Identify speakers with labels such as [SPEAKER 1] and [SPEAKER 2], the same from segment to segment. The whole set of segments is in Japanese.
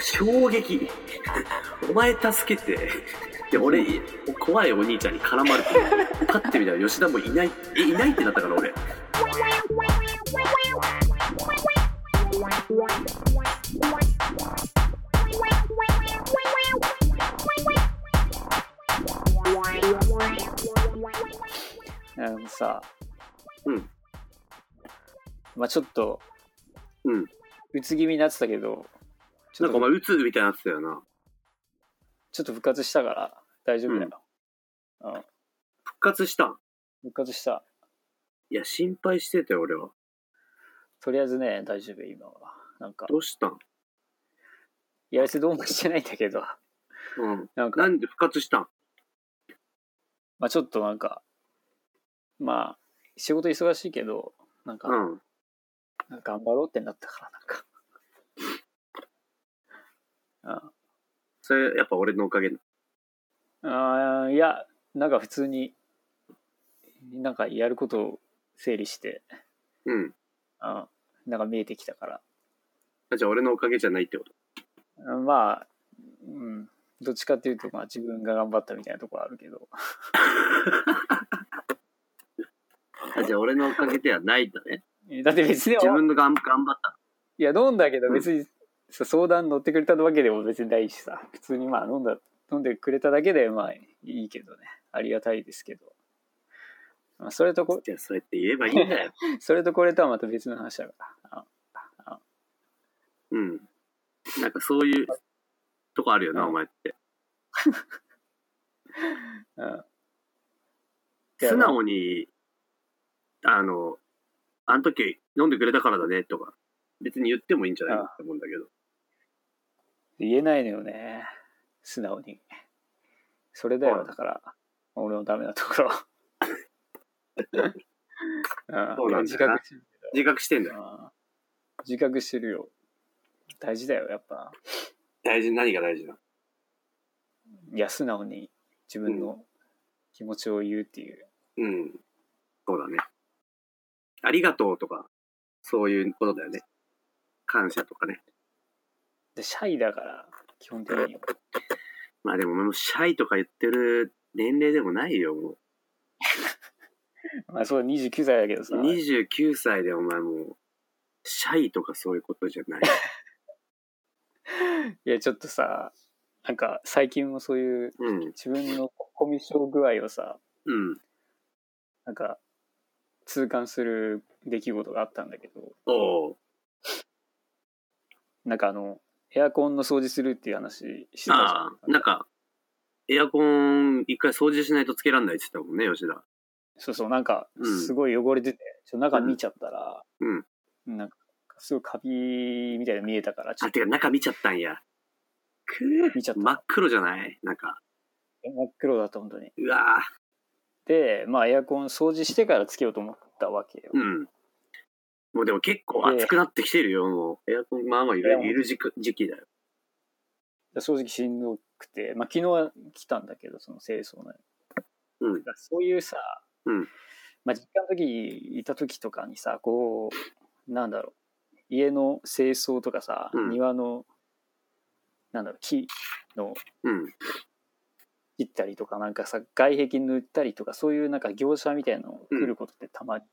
[SPEAKER 1] 衝撃。お前助けて。で、俺、怖いお兄ちゃんに絡まれて、立ってみたら吉田もいない、え、いないってなったから俺。
[SPEAKER 2] あのさ、
[SPEAKER 1] うん。
[SPEAKER 2] まあちょっと、
[SPEAKER 1] うん。
[SPEAKER 2] うつ気味になってたけど、ち
[SPEAKER 1] な
[SPEAKER 2] ょ
[SPEAKER 1] んか
[SPEAKER 2] っ
[SPEAKER 1] お
[SPEAKER 2] と
[SPEAKER 1] 前、打つみたいになってたよな。
[SPEAKER 2] ちょっと復活したから大丈夫だよ。うん、
[SPEAKER 1] 復活したん
[SPEAKER 2] 復活した。
[SPEAKER 1] いや、心配してたよ、俺は。
[SPEAKER 2] とりあえずね、大丈夫よ、今は。なんか、
[SPEAKER 1] どうしたん
[SPEAKER 2] やらせどうもしてないんだけど、
[SPEAKER 1] うん。
[SPEAKER 2] なんか
[SPEAKER 1] な、んで復活したん
[SPEAKER 2] まあちょっとなんか、まあ、仕事忙しいけど、なんか、
[SPEAKER 1] うん。
[SPEAKER 2] 頑張ろうってなったから、なんか。
[SPEAKER 1] それ、やっぱ俺のおかげだ。
[SPEAKER 2] ああーいやなんか普通になんかやることを整理して
[SPEAKER 1] うん。
[SPEAKER 2] あーなんか見えてきたから
[SPEAKER 1] あじゃあ俺のおかげじゃないってこと
[SPEAKER 2] うんまあうんどっちかっていうとまあ自分が頑張ったみたいなところあるけど
[SPEAKER 1] あじゃあ俺のおかげではないんだね。
[SPEAKER 2] えだって別に
[SPEAKER 1] 自分のがん頑張った。
[SPEAKER 2] いや飲んだけど別にさ相談乗ってくれたわけでも別にないしさ普通にまあ飲んだ飲んでくれただけでまあいいけどねありがたいですけど、まあ、それとこ
[SPEAKER 1] じゃあそうやって言えばいいんだよ。
[SPEAKER 2] それとこれとはまた別の話だからあ
[SPEAKER 1] うん。なんかそういうとこあるよな、
[SPEAKER 2] うん
[SPEAKER 1] お前って。
[SPEAKER 2] うんいや
[SPEAKER 1] 素直に、あの、あの時飲んでくれたからだねとか、別に言ってもいいんじゃないかと思うんだけど。
[SPEAKER 2] 言えないのよね素直にそれだよ、
[SPEAKER 1] はい
[SPEAKER 2] だから俺のダメなと ころうん
[SPEAKER 1] そうなんだよな
[SPEAKER 2] 自覚してる
[SPEAKER 1] 自覚してんだよ。
[SPEAKER 2] けどうん自覚してるよ大事だよやっぱ
[SPEAKER 1] 大事、何が大事ない
[SPEAKER 2] や素直に自分の気持ちを言うっていう、
[SPEAKER 1] うん。そうだね。ありがとうとか、そういうことだよね。感謝とかね。
[SPEAKER 2] でシャイだから基本的に
[SPEAKER 1] まあでも、もうシャイとか言ってる年齢でもないよ、も
[SPEAKER 2] まあそう29歳だけどさ
[SPEAKER 1] う。29歳でお前もう、シャイとかそういうことじゃ ない。
[SPEAKER 2] いやちょっとさなんか最近もそういう
[SPEAKER 1] うん。
[SPEAKER 2] 自分のコミュ障具合をさ
[SPEAKER 1] うん。
[SPEAKER 2] なんか痛感する出来事があったんだけど
[SPEAKER 1] おう
[SPEAKER 2] なんかあのエアコンの掃除するっていう話してたじゃ
[SPEAKER 1] あ
[SPEAKER 2] ん
[SPEAKER 1] あ、なんか、エアコン一回掃除しないとつけらんないって言ってたもんね、吉田。
[SPEAKER 2] そうそうなんか
[SPEAKER 1] うん
[SPEAKER 2] すごい汚れてて、ちょっと中見ちゃったら、
[SPEAKER 1] うん
[SPEAKER 2] なんかすごいカビみたいなの見えたからちょ
[SPEAKER 1] あ、
[SPEAKER 2] っと
[SPEAKER 1] てか中見ちゃったんや。く
[SPEAKER 2] 見ちゃっ
[SPEAKER 1] ー
[SPEAKER 2] た
[SPEAKER 1] 真っ黒じゃないなんか、
[SPEAKER 2] 真っ黒だった本当に
[SPEAKER 1] うわー
[SPEAKER 2] でまあエアコン掃除してからつけようと思ったわけよ、
[SPEAKER 1] うん。もうでも結構暑くなってきてるよ、もう。エアコン、まあまあい
[SPEAKER 2] いや
[SPEAKER 1] る
[SPEAKER 2] もう
[SPEAKER 1] いる時期時期だよ。
[SPEAKER 2] 正直しんどくてまあ昨日は来たんだけどその清掃の
[SPEAKER 1] うん
[SPEAKER 2] だからそういうさ、
[SPEAKER 1] うん
[SPEAKER 2] まあ、実家の時いた時とかにさこうなんだろう家の清掃とかさ、
[SPEAKER 1] うん
[SPEAKER 2] 庭のなんだろう木の
[SPEAKER 1] うん。
[SPEAKER 2] 切ったりとかなんかさ外壁塗ったりとかそういうなんか業者みたいなの来ることってたまに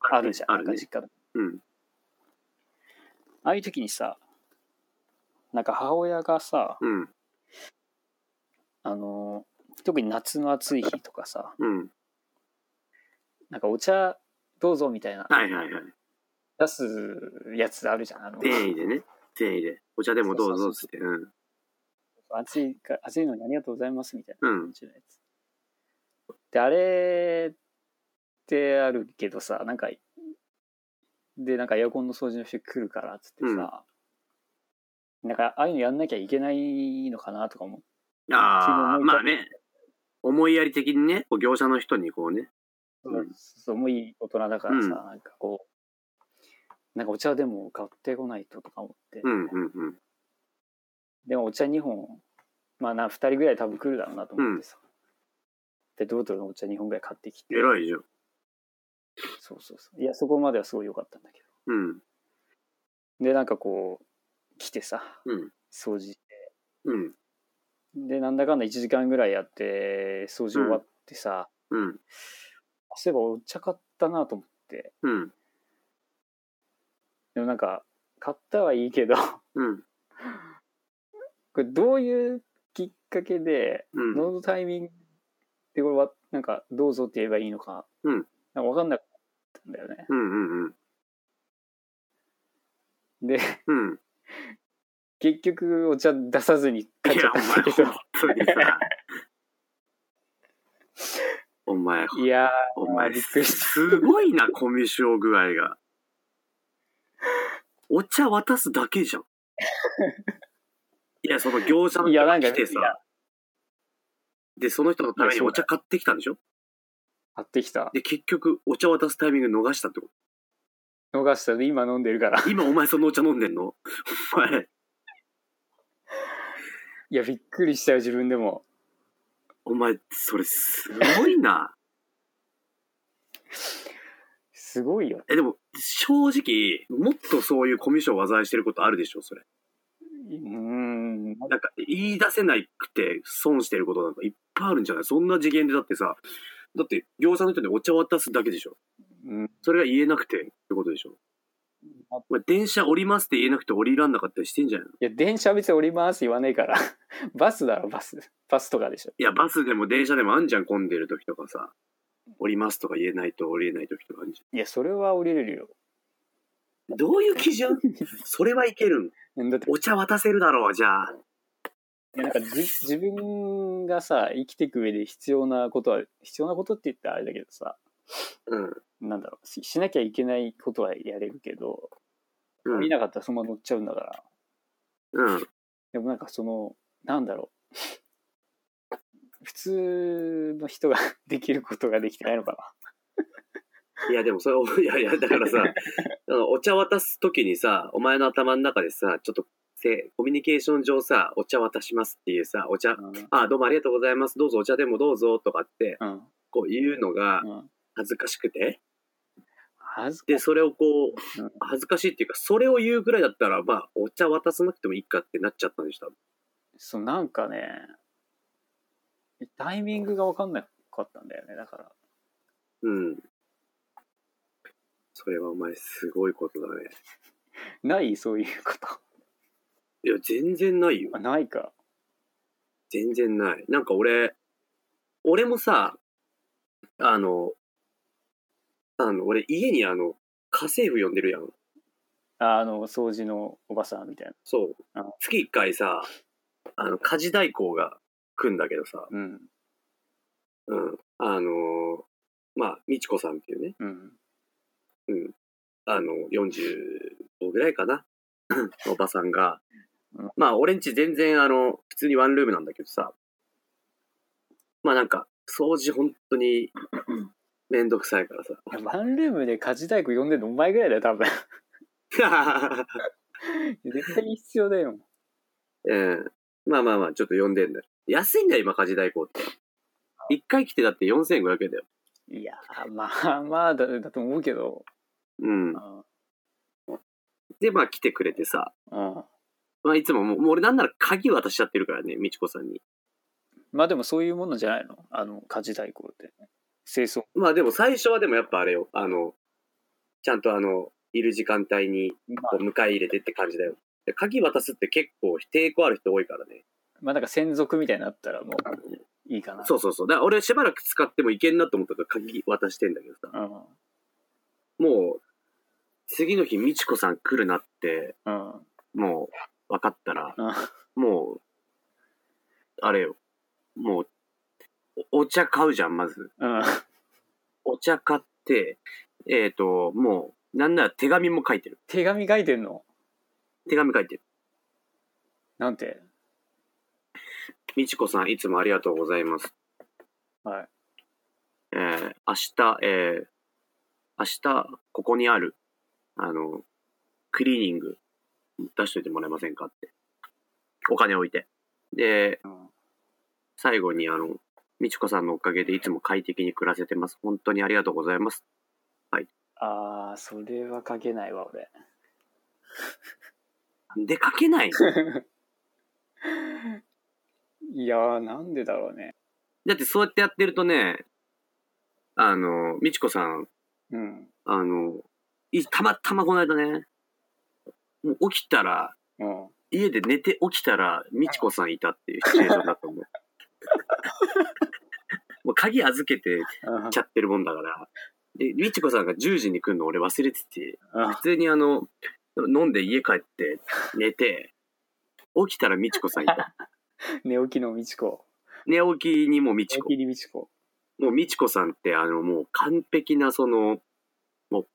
[SPEAKER 2] あるじゃん、
[SPEAKER 1] ある
[SPEAKER 2] なん
[SPEAKER 1] ね
[SPEAKER 2] か。実家の
[SPEAKER 1] うん。
[SPEAKER 2] ああいう時にさなんか母親がさ
[SPEAKER 1] うん。
[SPEAKER 2] あの特に夏の暑い日とかさ
[SPEAKER 1] うん。
[SPEAKER 2] なんかお茶どうぞみたいな
[SPEAKER 1] はいはいはい。
[SPEAKER 2] 出すやつあるじゃんあの
[SPEAKER 1] 善意でね。善意で。お茶でもどうぞっつって。うん。
[SPEAKER 2] 暑いか暑いのにありがとうございますみたいな
[SPEAKER 1] うん
[SPEAKER 2] 感じのやつ。であれってあるけどさなんかでなんかエアコンの掃除の人来るからっつってさ、なんかああいうのやんなきゃいけないのかなとか思って
[SPEAKER 1] ああ、
[SPEAKER 2] 昨日もう一回
[SPEAKER 1] まあね。思いやり的にね、こう業者の人にこうね。うん
[SPEAKER 2] そうもういい大人だから
[SPEAKER 1] う
[SPEAKER 2] さ、
[SPEAKER 1] ん
[SPEAKER 2] なんかこうなんかお茶でも買ってこないととか思って、
[SPEAKER 1] うんうんうん。
[SPEAKER 2] でもお茶2本まあな2人ぐらい多分来るだろうなと思ってさ、でドロドロのお茶2本ぐらい買ってきて
[SPEAKER 1] 偉いじゃん。
[SPEAKER 2] そうそうそういやそこまではすごい良かったんだけ
[SPEAKER 1] うん。
[SPEAKER 2] どでなんかこう来てさ
[SPEAKER 1] うん。
[SPEAKER 2] 掃除
[SPEAKER 1] うん。
[SPEAKER 2] でなんだかんだ1時間ぐらいやって掃除終わってさ、
[SPEAKER 1] うん。
[SPEAKER 2] あそういえばお茶買ったなと思って
[SPEAKER 1] うん。
[SPEAKER 2] でもなんか買ったはいいけど
[SPEAKER 1] うん。
[SPEAKER 2] これどういうきっかけで
[SPEAKER 1] うん。
[SPEAKER 2] どのタイミングでこれはなんかどうぞって言えばいいのか、
[SPEAKER 1] うん
[SPEAKER 2] なんか分かんなかったんだよね
[SPEAKER 1] うん。うん。
[SPEAKER 2] で
[SPEAKER 1] うん。
[SPEAKER 2] 結局お茶出さずに買っ
[SPEAKER 1] い
[SPEAKER 2] ちゃ
[SPEAKER 1] や、
[SPEAKER 2] っ
[SPEAKER 1] お
[SPEAKER 2] た
[SPEAKER 1] 前
[SPEAKER 2] んだけ、
[SPEAKER 1] 本当にさ。お前、
[SPEAKER 2] どいや
[SPEAKER 1] お
[SPEAKER 2] まあ
[SPEAKER 1] 前、
[SPEAKER 2] びっくりした
[SPEAKER 1] すごいな、コミュ障具合が。お茶渡すだけじゃん。いや、その業者の
[SPEAKER 2] いや
[SPEAKER 1] 人
[SPEAKER 2] な
[SPEAKER 1] が
[SPEAKER 2] ん
[SPEAKER 1] 来
[SPEAKER 2] か
[SPEAKER 1] て
[SPEAKER 2] いや
[SPEAKER 1] さ。で、その人のためにお茶買ってきたんでしょ
[SPEAKER 2] 買ってきた
[SPEAKER 1] で、結局、お茶渡すタイミング逃したってこ
[SPEAKER 2] 逃したで今飲んでるから
[SPEAKER 1] と。今、お前そのお茶飲んでんのお前、
[SPEAKER 2] いやびっくりしたよ自分でも
[SPEAKER 1] お前、それすごいな。
[SPEAKER 2] すごいよ
[SPEAKER 1] え、でも、正直、もっとそういうコミュ障を災してることあるでしょ、それ。
[SPEAKER 2] うーん
[SPEAKER 1] なんか言い出せないくて損してることなんかいっぱいあるんじゃないそんな次元でだってさ、だって業者の人にお茶渡すだけでしょ
[SPEAKER 2] うん
[SPEAKER 1] それが言えなくてってことでしょ
[SPEAKER 2] あ
[SPEAKER 1] お前電車降りますって言えなくて降りらんなかったりしてんじゃないの
[SPEAKER 2] いや電車別に降ります言わねえから バスだろバスバスとかでしょ
[SPEAKER 1] いや、バスでも電車でもあんじゃん、混んでる時とかさ。降りますとか言えないと降りれない時とかあんじ
[SPEAKER 2] いやそれは降りれるよ
[SPEAKER 1] ゃん。どういう基準 それはいけるん
[SPEAKER 2] だって
[SPEAKER 1] お茶渡せるだろう、じゃあ。
[SPEAKER 2] いやなんかじ自分がさ生きていく上で必要なことは必要なことって言ったらあれだけどさ
[SPEAKER 1] うん。
[SPEAKER 2] なんだろうししなきゃいけないことはやれるけど
[SPEAKER 1] う
[SPEAKER 2] 見
[SPEAKER 1] ん。
[SPEAKER 2] なかったらそのまま乗っちゃうんだから
[SPEAKER 1] うん。
[SPEAKER 2] でもなんかそのなんだろう 普通の人が できることができてないのか
[SPEAKER 1] いや、でもそれ、いやいや、だからさ、あのお茶渡すときにさ、お前の頭の中でさ、ちょっとせ、コミュニケーション上さ、お茶渡しますっていうさ、お茶、
[SPEAKER 2] な、うん
[SPEAKER 1] あ、どうもありがとうございます、どうぞお茶でもどうぞとかって、
[SPEAKER 2] うん
[SPEAKER 1] こう言うのが
[SPEAKER 2] うん、
[SPEAKER 1] 恥ずかしくて、
[SPEAKER 2] 恥ずか
[SPEAKER 1] で、それをこ
[SPEAKER 2] う、
[SPEAKER 1] うん恥ずかしいっていうか、それを言うぐらいだったら、まあ、お茶渡さなくてもいいかってなっちゃったんでした。
[SPEAKER 2] そうなんかねタイミングが分かんなかったんだよねだから
[SPEAKER 1] うん。それはお前、すごいことだね。
[SPEAKER 2] ないそういうこと
[SPEAKER 1] いや、全然ないよ。
[SPEAKER 2] あ ないか
[SPEAKER 1] 全然ない。なんか俺、俺もさ、あの、あの、俺家にあの、家政婦呼んでるやん。
[SPEAKER 2] あの掃除のおばさんみたい
[SPEAKER 1] そう
[SPEAKER 2] あ。
[SPEAKER 1] 月一回さ、あの、家事代行が来んだけどさ、
[SPEAKER 2] なうん
[SPEAKER 1] うん。あの、まあ、みちこさんっていうね、
[SPEAKER 2] うん
[SPEAKER 1] うん。あの、45ぐらいか な。おばさんが
[SPEAKER 2] うん。
[SPEAKER 1] まあ、俺んち全然あの、普通にワンルームなんだけどさ、まあなんか、掃除本当 にめんどくさいからさ、
[SPEAKER 2] いやワンルームで家事代行呼んでるのお前ぐらいだよ多分 絶対に必要だよ
[SPEAKER 1] うん。まあまあまあ、ちょっと呼んでんだよ。安いんだよ、今、家事代行って。一回来てだって4500円だよ。
[SPEAKER 2] いやまあまあだだと思うけど
[SPEAKER 1] うん
[SPEAKER 2] う。ん
[SPEAKER 1] で、まあ来てくれてさ。
[SPEAKER 2] うん
[SPEAKER 1] まあいつももう、もう俺なんなら鍵渡しちゃってるからね、みちこさんに。
[SPEAKER 2] まあでもそういうものじゃないのあの家事代行って清掃
[SPEAKER 1] まあでも最初はでもやっぱあれよ、あの、ちゃんとあの、いる時間帯に
[SPEAKER 2] ま
[SPEAKER 1] こ
[SPEAKER 2] あ
[SPEAKER 1] う迎え入れてって感じだよ。で鍵渡すって結構抵抗ある人多いからね。
[SPEAKER 2] まあなんか専属みたいになったらもういいかな
[SPEAKER 1] そうそうそう。だから俺しばらく使ってもいけんなと思ったから鍵渡してんだけどさ。
[SPEAKER 2] うん
[SPEAKER 1] もう、次の日みちこさん来るなって、
[SPEAKER 2] うん
[SPEAKER 1] もう分かったら、
[SPEAKER 2] うん
[SPEAKER 1] もう、あれよ、もう、おお茶買うじゃん、まず。
[SPEAKER 2] うん
[SPEAKER 1] お茶買って、えっ、と、もう、なんなら手紙も書いてる。
[SPEAKER 2] 手紙書いてんの
[SPEAKER 1] 手紙書いてる。
[SPEAKER 2] なんて
[SPEAKER 1] みちこさん、いつもありがとうございます。
[SPEAKER 2] はい
[SPEAKER 1] えー明日、えー明日、ここにある、あの、クリーニング、出しといてもらえませんかって。お金置いて。で、
[SPEAKER 2] うん
[SPEAKER 1] 最後にあの、みちこさんのおかげでいつも快適に暮らせてます。本当にありがとうございます。
[SPEAKER 2] あーそれは書けないわ俺
[SPEAKER 1] で、書けないの
[SPEAKER 2] いやー、なんでだろうね。
[SPEAKER 1] だってそうやってやってるとね、あの、みちこさん、
[SPEAKER 2] うん。
[SPEAKER 1] あの、いたまたまこの間ね、もう起きたら、
[SPEAKER 2] うん。
[SPEAKER 1] 家で寝て起きたら、みちこさんいたっていうシチュエーションだったもん。もう鍵預けて
[SPEAKER 2] うん
[SPEAKER 1] ちゃってるもんだから。で、みちこさんが10時に来るの俺忘れてて、
[SPEAKER 2] うん
[SPEAKER 1] 普通にあの、飲んで家帰って寝て、起きたらみちこさんいた。
[SPEAKER 2] 寝起きのみちこ。
[SPEAKER 1] 寝起きにもみち
[SPEAKER 2] 寝
[SPEAKER 1] こ
[SPEAKER 2] 起。きにみちこ。
[SPEAKER 1] もうみちこさんってあのもう完璧なそのもう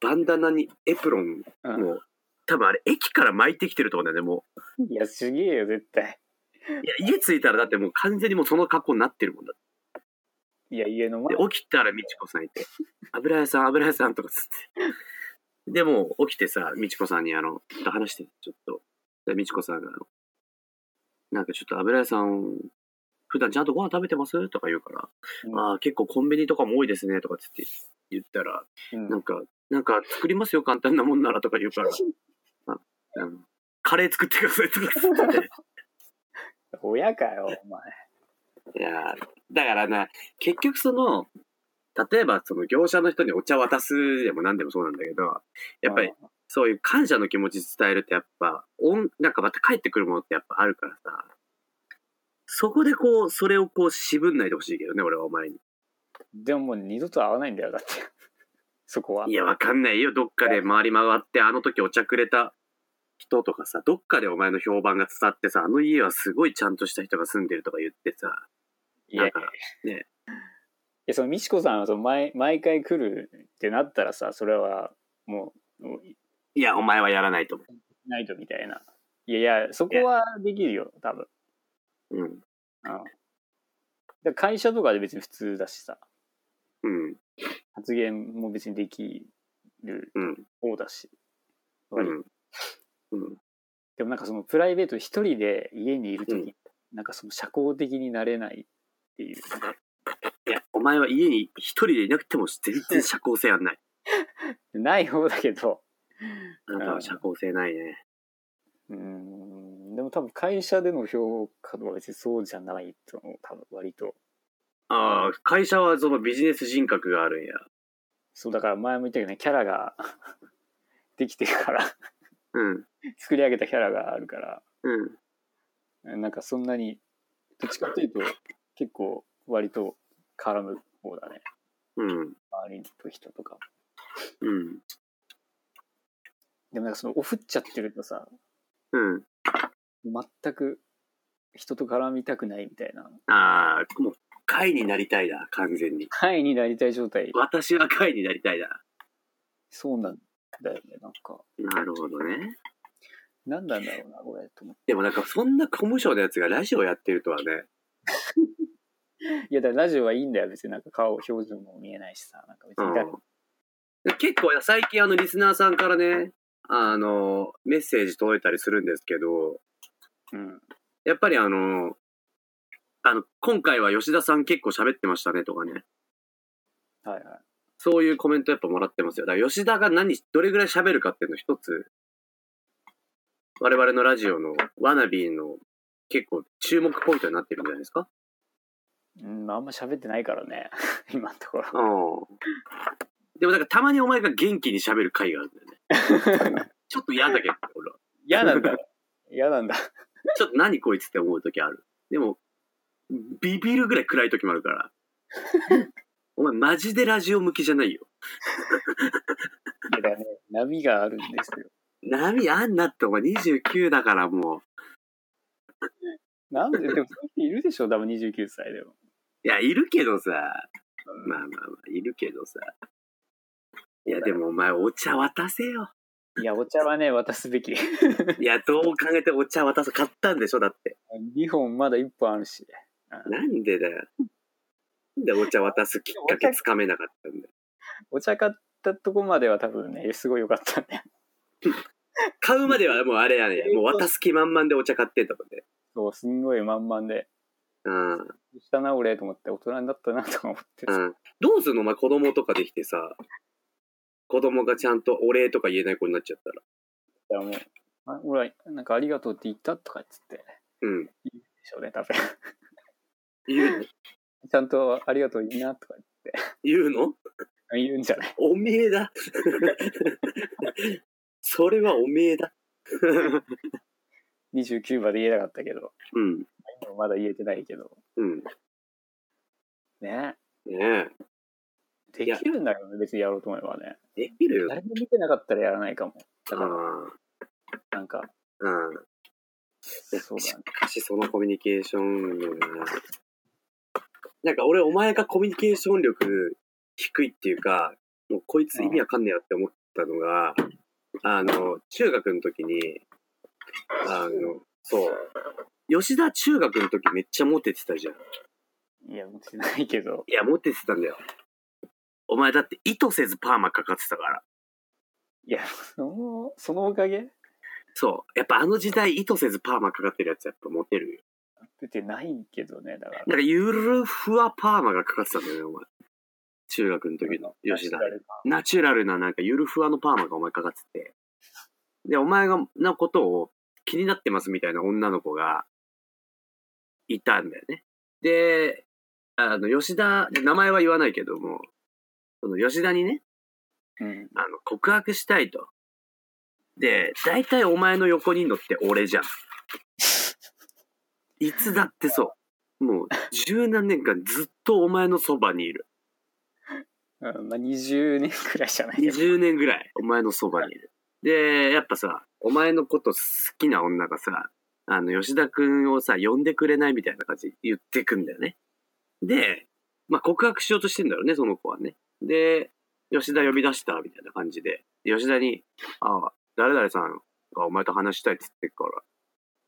[SPEAKER 1] バンダナにエプロン
[SPEAKER 2] うん
[SPEAKER 1] もう多分あれ駅から巻いてきてると思うんだよねも
[SPEAKER 2] いや、すげえよ、絶対。
[SPEAKER 1] ういや家着いたらだってもう完全にもうその格好になってるもんだっ
[SPEAKER 2] いや、家の
[SPEAKER 1] て
[SPEAKER 2] 前。
[SPEAKER 1] 起きたらみちこさんいて「油屋さん油屋さん」とかつってでもう起きてさみちこさんにあのちょっと話してちょっとでみちこさんがあの「なんかちょっと油屋さん普段ちゃんとご飯食べてます?」とか言うから「
[SPEAKER 2] うん
[SPEAKER 1] ああ結構コンビニとかも多いですね」とかつって言ったら
[SPEAKER 2] うん
[SPEAKER 1] なんか、なんか作りますよ、簡単なもんならとか言うから、ああのカレー作ってくださいとか言って
[SPEAKER 2] 親かよ、お前。
[SPEAKER 1] て。いやーだからな、結局その、例えばその業者の人にお茶渡すでも何でもそうなんだけど、やっぱりそういう感謝の気持ち伝えるとやっぱ、おんなんかまた帰ってくるものってやっぱあるからさ、そこでこう、それをこう渋んないでほしいけどね、俺はお前に。
[SPEAKER 2] でももう二度と会わないんだよ、だって。 そこは。
[SPEAKER 1] いや、わかんないよ。どっかで回り回って、あの時お茶くれた人とかさ、どっかでお前の評判が伝わってさ、あの家はすごいちゃんとした人が住んでるとか言ってさ、
[SPEAKER 2] いや
[SPEAKER 1] ないんか、
[SPEAKER 2] や、そのみちこさんはその毎毎回来るってなったらさ、それはもう、もうい
[SPEAKER 1] いや、お前はやらないと思
[SPEAKER 2] ないとみたいな。いやいや、そこはできるよ、多分。
[SPEAKER 1] う。うん。
[SPEAKER 2] だから会社とかで別に普通だしさ、
[SPEAKER 1] うん。
[SPEAKER 2] 発言も別にできる
[SPEAKER 1] うん。
[SPEAKER 2] 方だし。
[SPEAKER 1] う
[SPEAKER 2] 割と
[SPEAKER 1] ん。うん。
[SPEAKER 2] でもなんかそのプライベート一人で家にいるとき、なんかその社交的になれないっていう。
[SPEAKER 1] いや、お前は家に一人でいなくても全然社交性はない。
[SPEAKER 2] ない方だけど、
[SPEAKER 1] あなたは社交性ないね。
[SPEAKER 2] うーん、でも多分会社での評価とは別にそうじゃないと思う、多分割と。
[SPEAKER 1] ああ、会社はそのビジネス人格があるんや。
[SPEAKER 2] そう、だから前も言ったけどね、キャラが できてるから、
[SPEAKER 1] うん。
[SPEAKER 2] 作り上げたキャラがあるから、
[SPEAKER 1] うん。
[SPEAKER 2] なんかそんなに、どっちかというと、結構割と絡む方だね。
[SPEAKER 1] うん。
[SPEAKER 2] 周りの人とかも。
[SPEAKER 1] うん。
[SPEAKER 2] でもなんかその、オフっちゃってるとさ、
[SPEAKER 1] うん。
[SPEAKER 2] 全く人と絡みたくないみたいな。
[SPEAKER 1] ああ、もう、会になりたいだ、完全に。
[SPEAKER 2] 会になりたい状態。
[SPEAKER 1] 私は会になりたいだ。
[SPEAKER 2] そうなんだよね、なんか。
[SPEAKER 1] なるほどね。
[SPEAKER 2] なんなんだろうな、これ、と思って。
[SPEAKER 1] でもなんかそんな小務所のやつがラジオやってるとはね。
[SPEAKER 2] いや、だからラジオはいいんだよ、別になんか顔、表情も見えないしさ、なんか別
[SPEAKER 1] う
[SPEAKER 2] に
[SPEAKER 1] ん
[SPEAKER 2] 誰、
[SPEAKER 1] 結構最近あのリスナーさんからね、あの、メッセージ届いたりするんですけど、
[SPEAKER 2] うん。
[SPEAKER 1] やっぱりあの、あの、今回は吉田さん結構喋ってましたねとかね。
[SPEAKER 2] はいはい。
[SPEAKER 1] そういうコメントやっぱもらってますよ。だから吉田が何、どれぐらい喋るかっていうの一つ、我々のラジオのワナビーの結構注目ポイントになってるんじゃないですか
[SPEAKER 2] うん、あんま喋ってないからね、 今のところ。
[SPEAKER 1] でもなんかたまにお前が元気に喋る回があるんだよね。ちょっと嫌だけど、俺は。
[SPEAKER 2] 嫌なんだ。 嫌なんだ。
[SPEAKER 1] ちょっと何こいつって思う時ある。でも、ビビるぐらい暗い時もあるから。お前マジでラジオ向きじゃないよ。
[SPEAKER 2] いやだからね、波があるんですよ。
[SPEAKER 1] 波あんなってお前29だからもう。
[SPEAKER 2] なんで、でも、そういう人いるでしょ、多分29歳でも。
[SPEAKER 1] いや、いるけどさ。まあまあまあ、いるけどさ。いや、でもお前お茶渡せよ。
[SPEAKER 2] いや、お茶はね、渡すべき。
[SPEAKER 1] いや、どう考えてもお茶渡す。買ったんでしょだって。
[SPEAKER 2] 2本まだ1本あるし。
[SPEAKER 1] なんでだよ。なんでお茶渡すきっかけつかめなかったんだよ。
[SPEAKER 2] お茶買ったとこまでは多分ね、すごい良かったね。
[SPEAKER 1] 買うまではもうあれやね。もう渡す気満々でお茶買ってたもんね。
[SPEAKER 2] そう、すんごい満々で。
[SPEAKER 1] うん。
[SPEAKER 2] したな、俺、と思って、大人になったな、とか思って。
[SPEAKER 1] うん。どうすんのお前子供とかできてさ。子供がちゃんとお礼とか言えない子になっちゃったら。
[SPEAKER 2] だからもう、あ俺は、なんかありがとうって言ったとかっつって、
[SPEAKER 1] うん。
[SPEAKER 2] しょうね、多分。
[SPEAKER 1] 言う、
[SPEAKER 2] ちゃんとありがとういいなとか
[SPEAKER 1] 言うの
[SPEAKER 2] 言うんじゃない
[SPEAKER 1] おめえだ。それはおめえだ。
[SPEAKER 2] ?29 まで言えなかったけど、
[SPEAKER 1] うん。
[SPEAKER 2] 今まだ言えてないけど。
[SPEAKER 1] うん。
[SPEAKER 2] ね。
[SPEAKER 1] ね
[SPEAKER 2] できるんだけどね、別にやろうと思えばね。
[SPEAKER 1] え。できるよ。
[SPEAKER 2] 誰も見てなかったらやらないかも。だから、
[SPEAKER 1] あ
[SPEAKER 2] なんか、
[SPEAKER 1] あ。うん。
[SPEAKER 2] そうだね。
[SPEAKER 1] しかしそのコミュニケーション力な。なんか俺、お前がコミュニケーション力低いっていうか、もうこいつ意味わかんねえよって思ったのが、あの、中学の時に、あの、そう。吉田中学の時めっちゃモテてたじゃん。
[SPEAKER 2] いや、持ってないけど。
[SPEAKER 1] いや、モテてたんだよ。お前だって意図せずパーマかかってたから。
[SPEAKER 2] いや、その、そのおかげ
[SPEAKER 1] そう。やっぱあの時代意図せずパーマかかってるやつやっぱモテるよ。
[SPEAKER 2] 出てないけどね、だから。
[SPEAKER 1] なんか、ゆるふわパーマがかかってたんだよね、お前。中学の時の吉田。ナチュラルな、なんか、ゆるふわのパーマがお前かかってて。で、お前が、なことを気になってますみたいな女の子が、いたんだよね。で、あの、吉田、名前は言わないけども、その吉田にね、
[SPEAKER 2] うん。
[SPEAKER 1] あの、告白したいと。で、大体お前の横にいんのって俺じゃん。いつだってそう。もう、十何年間ずっとお前のそばにいる。
[SPEAKER 2] うんまあ、20年くらいじゃないけど。
[SPEAKER 1] 20年ぐらい、お前のそばにいる。で、やっぱさ、お前のこと好きな女がさ、あの、吉田くんをさ、呼んでくれないみたいな感じで言ってくんだよね。で、まあ、告白しようとしてんだろうね、その子はね。で、吉田呼び出した、みたいな感じで。吉田に、ああ、誰々さんがお前と話したいって言ってっから、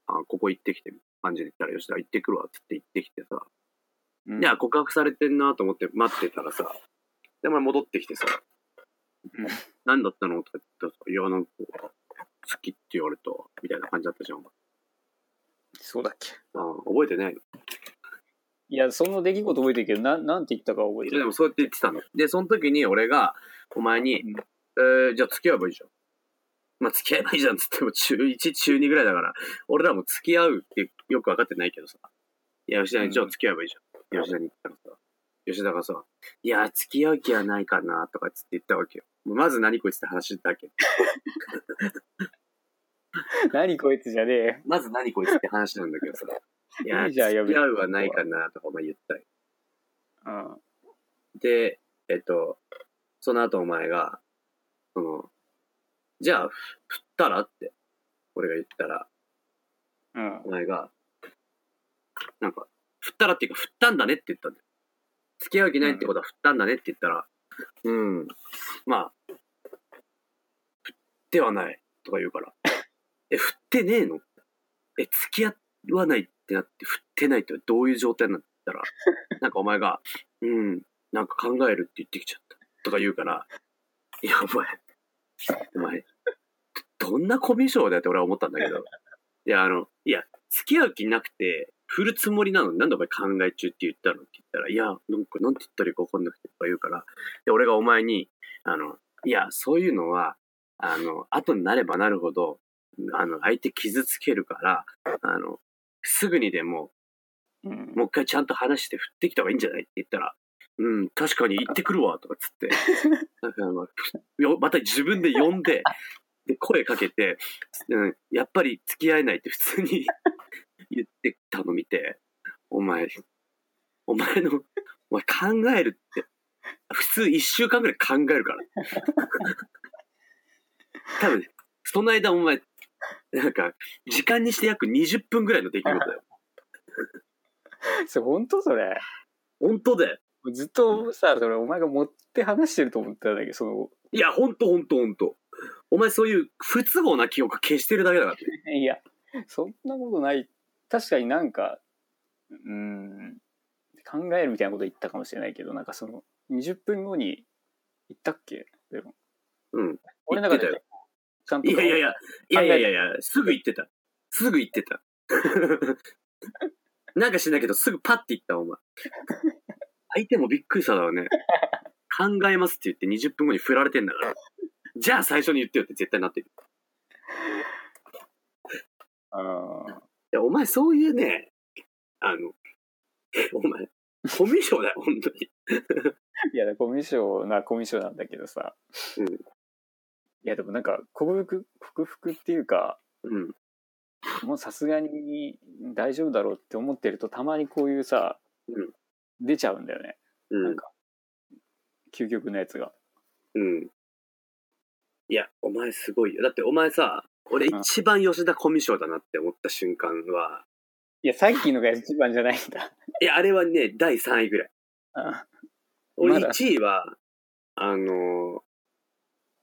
[SPEAKER 1] ああここ行ってきて、感じで言ったら、吉田行ってくるわ、つって行ってきてさ、
[SPEAKER 2] うん
[SPEAKER 1] いや、告白されてんなと思って待ってたらさ、で、お前戻ってきてさ
[SPEAKER 2] うん、
[SPEAKER 1] 何だったのとか言ったらさ、いや、なんか、好きって言われた、みたいな感じだったじゃん。
[SPEAKER 2] そうだっけ。
[SPEAKER 1] あ覚えてないの
[SPEAKER 2] いや、その出来事覚えてるけど、なん、なんて言ったか覚え
[SPEAKER 1] い
[SPEAKER 2] て
[SPEAKER 1] やで
[SPEAKER 2] る。
[SPEAKER 1] もそうやって言ってたの。で、その時に俺が、お前に、
[SPEAKER 2] うん
[SPEAKER 1] えーじゃあ付き合えばいいじゃん。まあ、付き合えばいいじゃんっつっても、中1、中2ぐらいだから、俺らも付き合うってよく分かってないけどさ。いや、吉田
[SPEAKER 2] う
[SPEAKER 1] に、
[SPEAKER 2] ん
[SPEAKER 1] じゃあ付き合えばいいじゃん。吉田に言ったらさ、吉田がさ、いや、付き合う気はないかな、とかっつって言ったわけよ。もうまず何こいつって話だけ。
[SPEAKER 2] 何こいつじゃねえよ。
[SPEAKER 1] まず何こいつって話なんだけどさ。いや、
[SPEAKER 2] いいじゃん
[SPEAKER 1] 付
[SPEAKER 2] 呼び
[SPEAKER 1] き合うはないかな、とかお前言ったよ
[SPEAKER 2] うん。
[SPEAKER 1] で、えっと、その後お前が、その、じゃあ、ふ振ったらって、俺が言ったら、
[SPEAKER 2] うん
[SPEAKER 1] お。前が、なんか、振ったらっていうか、振ったんだねって言ったんだよ。付き合う気ないってことは振ったんだねって言ったら、うん、まあ、振ってはないとか言うから、 え、振ってねえのえ、付き合わないってなって、振ってないってどういう状態になったら、 なんかお前が、うん、なんか考えるって言ってきちゃったとか言うから、いや、お前、お前、どんなコミュ障だよって俺は思ったんだけど、いや、あの、いや、付き合う気なくて、振るつもりなのになんでお前考え中って言ったのって言ったら、いや、なんか、なんて言ったらいいか分かんなくてとか言うから、で、俺がお前に、あの、いや、そういうのは、あの、後になればなるほど、あの、相手傷つけるから、あの、すぐにでも、
[SPEAKER 2] うん。
[SPEAKER 1] もう一回ちゃんと話して振ってきた方がいいんじゃないって言ったら、うん、確かに行ってくるわ、とかっつって。だからまあよまた自分で呼んで、で、声かけて、うん、やっぱり付き合えないって普通に 言ってたの見て、お前、お前の、お前考えるって、普通一週間ぐらい考えるから。多分、その間お前、なんか、時間にして約20分ぐらいの出来事だよ。
[SPEAKER 2] それ、本当それ。
[SPEAKER 1] 本当だよ。
[SPEAKER 2] ずっとさ、それ、お前が持って話してると思ったんだけど、その、
[SPEAKER 1] いや、ほんとほんとほんと。お前そういう不都合な記憶消してるだけだからね。
[SPEAKER 2] いや、そんなことない。確かになんか、うん、考えるみたいなこと言ったかもしれないけど、なんかその、20分後に言ったっけでも。
[SPEAKER 1] うん。
[SPEAKER 2] 俺の中
[SPEAKER 1] 言っ
[SPEAKER 2] で、ちゃんと。
[SPEAKER 1] いやいやいや、いやいやいやいや、すぐ言ってた。すぐ言ってた。 なんかしないけど、すぐパッて言った、お前。相手もびっくりしただろうね。考えますって言って20分後に振られてんだから。じゃあ最初に言ってよって絶対なってる。
[SPEAKER 2] あー
[SPEAKER 1] いやお前そういうね、あの、お前、コミュ障だよ、本当に。
[SPEAKER 2] いや、コミュ障なコミュ障なんだけどさ。
[SPEAKER 1] うん
[SPEAKER 2] いや、でもなんか、克服、克服っていうか、
[SPEAKER 1] うん。
[SPEAKER 2] もうさすがに大丈夫だろうって思ってると、たまにこういうさ、
[SPEAKER 1] うん
[SPEAKER 2] 出ちゃうんだよね。
[SPEAKER 1] う
[SPEAKER 2] なんん。か究極のやつが。
[SPEAKER 1] うん。いや、お前すごいよ。だってお前さ、俺一番吉田コミュ障だなって思った瞬間は、
[SPEAKER 2] いや、さっきのが一番じゃないんだ。
[SPEAKER 1] いや、あれはね、第3位ぐらい。
[SPEAKER 2] あ
[SPEAKER 1] 俺
[SPEAKER 2] まだ
[SPEAKER 1] 1位は、あのー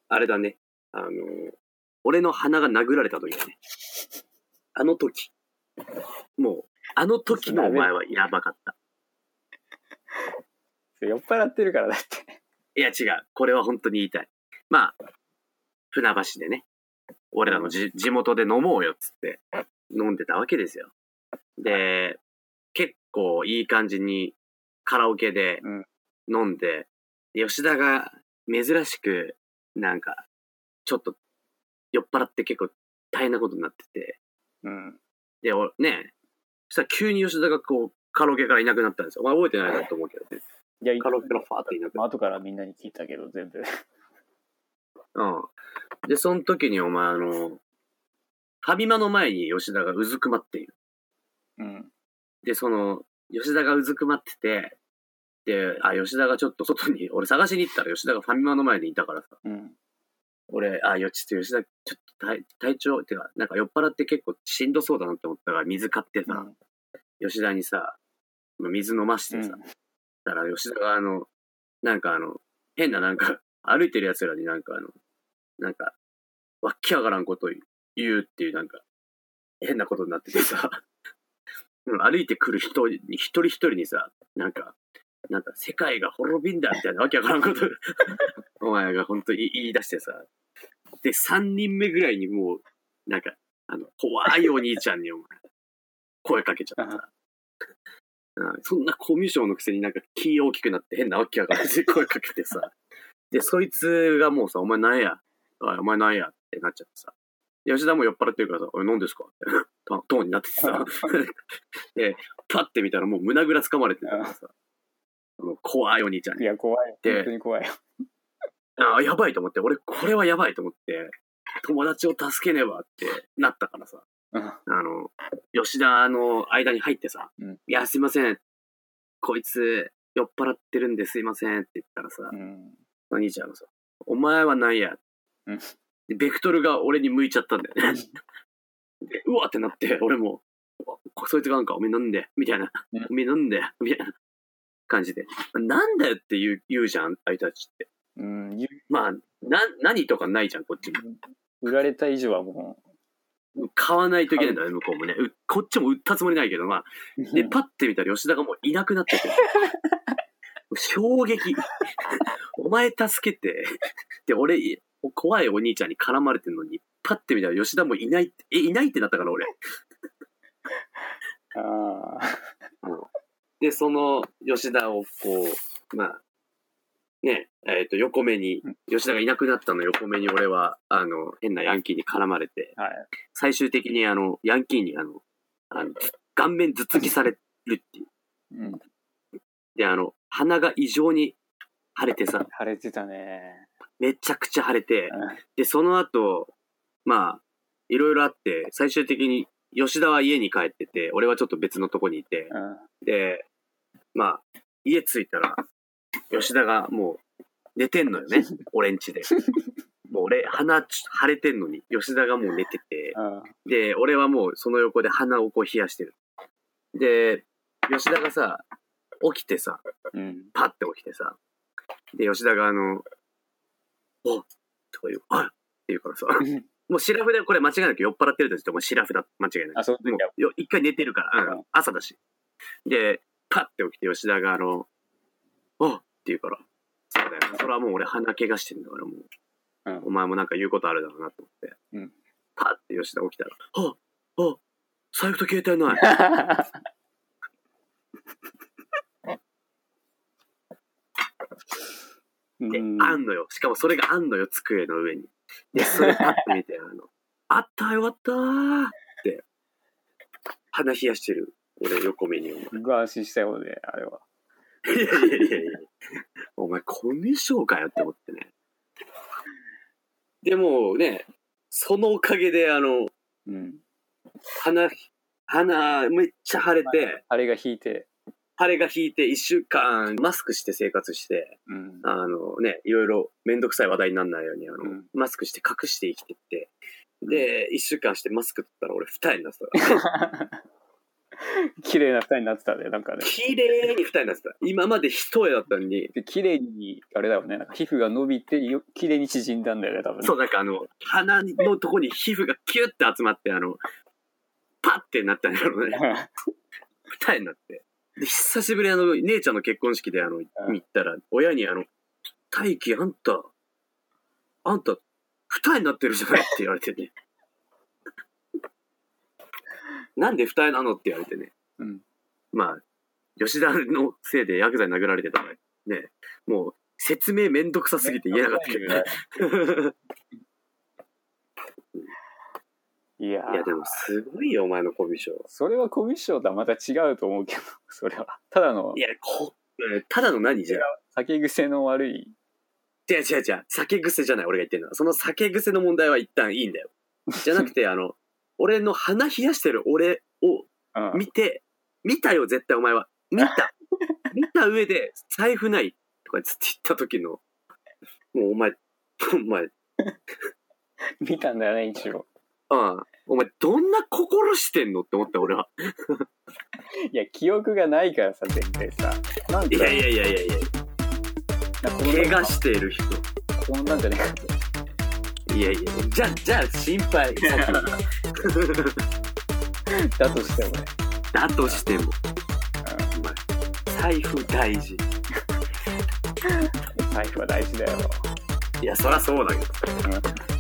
[SPEAKER 1] あれだね。あのー俺の鼻が殴られた時だね。あの時。もう、あの時のお前はやばかった。
[SPEAKER 2] 酔っ払ってるからだって。
[SPEAKER 1] いや、違う。これは本当に言いたい。まあ、船橋でね、俺らのじ地元で飲もうよっつって飲んでたわけですよ。で、結構いい感じにカラオケで
[SPEAKER 2] うん
[SPEAKER 1] 飲んで、吉田が珍しく、なんか、ちょっと酔っ払って結構大変なことになってて、
[SPEAKER 2] うん。
[SPEAKER 1] で、おね、そしたら急に吉田がこう、カラオケからいなくなったんですよ。お前覚えてないなと思うけどね。
[SPEAKER 2] いや、
[SPEAKER 1] カラオケからファーっていなくなって
[SPEAKER 2] まあ後からみんなに聞いたけど、全部。
[SPEAKER 1] うん。で、その時にお前、あの、ファミマの前に吉田がうずくまっている。
[SPEAKER 2] うん。
[SPEAKER 1] で、その、吉田がうずくまってて、で、あ、吉田がちょっと外に、俺探しに行ったら吉田がファミマの前にいたからさ、
[SPEAKER 2] うん。
[SPEAKER 1] 俺、あ、よ、ちょっと吉田、ちょっと体体調、ってか、なんか酔っ払って結構しんどそうだなって思ったから、水買って
[SPEAKER 2] う
[SPEAKER 1] さ、
[SPEAKER 2] ん
[SPEAKER 1] 吉田にさ、水飲ましてさ、だから吉田があの、なんかあの、変ななんか、 歩いてる奴らになんかあの、なんか、わっき上がらんこと言うっていうなんか、変なことになっててさ、 うん歩いてくる人に、一人一人にさ、なんか、なんか世界が滅びんだみたいなわけわからんこと、 お前が本当に言い出してさ、で、三人目ぐらいにもう、なんか、あの、怖いお兄ちゃんにお前、声かけちゃった。うんそんなコミュ障のくせになんか気大きくなって変なわけやからって声かけてさ。で、そいつがもうさ、お前なんやおいお前なんやってなっちゃってさ。で吉田も酔っ払ってるからさ、おい、何ですかってトトーンになっててさ。 で、パッて見たらもう胸ぐらつかまれてたからさ。もう怖いお兄ちゃん
[SPEAKER 2] い
[SPEAKER 1] に。
[SPEAKER 2] や、怖い。
[SPEAKER 1] で
[SPEAKER 2] 本当に怖い。
[SPEAKER 1] あやばいと思って、俺これはやばいと思って、友達を助けねばってなったからさ。
[SPEAKER 2] うん。
[SPEAKER 1] あの、吉田の間に入ってさ、
[SPEAKER 2] うん
[SPEAKER 1] いや、すいません、こいつ酔っ払ってるんですいませんって言ったらさ、
[SPEAKER 2] うん。
[SPEAKER 1] お兄ちゃんがさ、お前はなんや。
[SPEAKER 2] うん
[SPEAKER 1] でベクトルが俺に向いちゃったんだよね。でうわってなって、俺も、こそいつがなんか、おめえなんでみたいな
[SPEAKER 2] うん。
[SPEAKER 1] おめえなんでみたいな感じで。なんだよって言う言うじゃん、あいつたちって。
[SPEAKER 2] うん。ゆ
[SPEAKER 1] まあ、な、何とかないじゃん、こっちも。
[SPEAKER 2] 売られた以上はも
[SPEAKER 1] 買わないといけないんだよね、向こうもね。うこっちも売ったつもりないけど、まあ、
[SPEAKER 2] う。
[SPEAKER 1] で、パッて見たら吉田がもういなくなってて。衝撃。お前助けて。で、俺、怖いお兄ちゃんに絡まれてんのに、パッて見たら吉田もいないって、え、いないってなったから俺。
[SPEAKER 2] ああ。
[SPEAKER 1] で、その吉田をこう、まあ、ね、えっ、と、横目に、吉田がいなくなったの横目に俺は、あの、変なヤンキーに絡まれて、
[SPEAKER 2] はい。
[SPEAKER 1] 最終的にあの、ヤンキーにあの、あの顔面頭突きされるっていう。
[SPEAKER 2] うん。
[SPEAKER 1] で、あの、鼻が異常に腫れてさ、
[SPEAKER 2] 腫れてたね。
[SPEAKER 1] めちゃくちゃ腫れて、
[SPEAKER 2] うん
[SPEAKER 1] で、その後、まあ、いろいろあって、最終的に吉田は家に帰ってて、俺はちょっと別のとこにいて、
[SPEAKER 2] うん。
[SPEAKER 1] で、まあ、家着いたら、吉田がもう寝てんのよ ね、俺んちで。もう俺、鼻ちょ腫れてんのに、吉田がもう寝てて、
[SPEAKER 2] うん。
[SPEAKER 1] で、俺はもうその横で鼻をこう冷やしてる。で、吉田がさ、起きてさ、
[SPEAKER 2] うん。
[SPEAKER 1] パッて起きてさ、で、吉田があの、おとか言う、あっって言うからさ、 もうシラフでこれ間違いなく酔っ払ってるとしてもうシラフだ、間違いない。
[SPEAKER 2] あ、そう
[SPEAKER 1] もうよ一回寝てるから、うん
[SPEAKER 2] うん
[SPEAKER 1] 朝だし。で、パッて起きて吉田があの、おっって言うから、そうだよな。それはもう俺鼻怪我してんだから、もう、
[SPEAKER 2] うん
[SPEAKER 1] お前もなんか言うことあるだろうなと思って、
[SPEAKER 2] うん
[SPEAKER 1] パッて吉田起きたら、あっあっ財布と携帯ない。 で、
[SPEAKER 2] うん
[SPEAKER 1] あんのよ。しかもそれがあんのよ、机の上に。 で、それパッて見て、あの、あったよ、終わったーって、鼻冷やしてる。俺、横目に。お前
[SPEAKER 2] 僕は安心したよね、あれは。
[SPEAKER 1] いやいやいやいや。お前、コミュ障かよって思ってね。でもね、そのおかげで、あの、
[SPEAKER 2] うん。
[SPEAKER 1] 鼻、鼻、めっちゃ腫れて、
[SPEAKER 2] あれが引いて、
[SPEAKER 1] 腫れが引いて、一週間、マスクして生活して、
[SPEAKER 2] うん。
[SPEAKER 1] あのね、いろいろめんどくさい話題にならないように、あの、
[SPEAKER 2] うん
[SPEAKER 1] マスクして隠して生きてって、で、一週間してマスク取ったら俺二重になってたから。
[SPEAKER 2] 綺麗な二人になってたね、なんか ね。
[SPEAKER 1] 綺麗に二重になってた。今まで一重だったのに、
[SPEAKER 2] で、綺麗に、あれだよね、なんか皮膚が伸びて、よ綺麗に縮んだんだよね、多分ね。
[SPEAKER 1] そう、なんかあの、鼻のとこに皮膚がキュッて集まって、あの、パッてなったんだろうね。二重になって。で、久しぶりにあの、姉ちゃんの結婚式であの、
[SPEAKER 2] ん
[SPEAKER 1] 行ったら、親にあの、大輝あんた、あんた、二重になってるじゃないって言われて ね。なんで二重なのって言われてね。
[SPEAKER 2] うん。
[SPEAKER 1] まあ、吉田のせいでヤクザに殴られてたからね、もう、説明めんどくさすぎて言えなかったけどね。
[SPEAKER 2] いや
[SPEAKER 1] いや、でもすごいよ、お前のコミュ障。
[SPEAKER 2] それはコミュ障とはまた違うと思うけど、 それは。ただの
[SPEAKER 1] いや、こただの何じゃん。
[SPEAKER 2] 酒癖の悪い。
[SPEAKER 1] 違う違う違う。酒癖じゃない、俺が言ってるのは。その酒癖の問題は一旦いいんだよ。じゃなく て、あの、俺の鼻冷やしてる俺を
[SPEAKER 2] うん
[SPEAKER 1] 見て、見たよ、絶対お前は。見 た。見た上で、財布ない。とかつって言った時の、もうお前、お前、
[SPEAKER 2] 見たんだよね、一応。
[SPEAKER 1] ああ、お前どんな心してんのって思った、俺は。
[SPEAKER 2] いや、記憶がないからさ、絶対さ。なん
[SPEAKER 1] い
[SPEAKER 2] か
[SPEAKER 1] やいやいやいやいや、
[SPEAKER 2] なんかこの
[SPEAKER 1] 怪我している人。
[SPEAKER 2] こんなんじゃねえかと。
[SPEAKER 1] いやいや、じゃあ、じゃあ心配。さっきの
[SPEAKER 2] だとしてもね。
[SPEAKER 1] だとしても、財布大事。
[SPEAKER 2] 財布は大事だよ。
[SPEAKER 1] いや、そらそうだけど。
[SPEAKER 2] う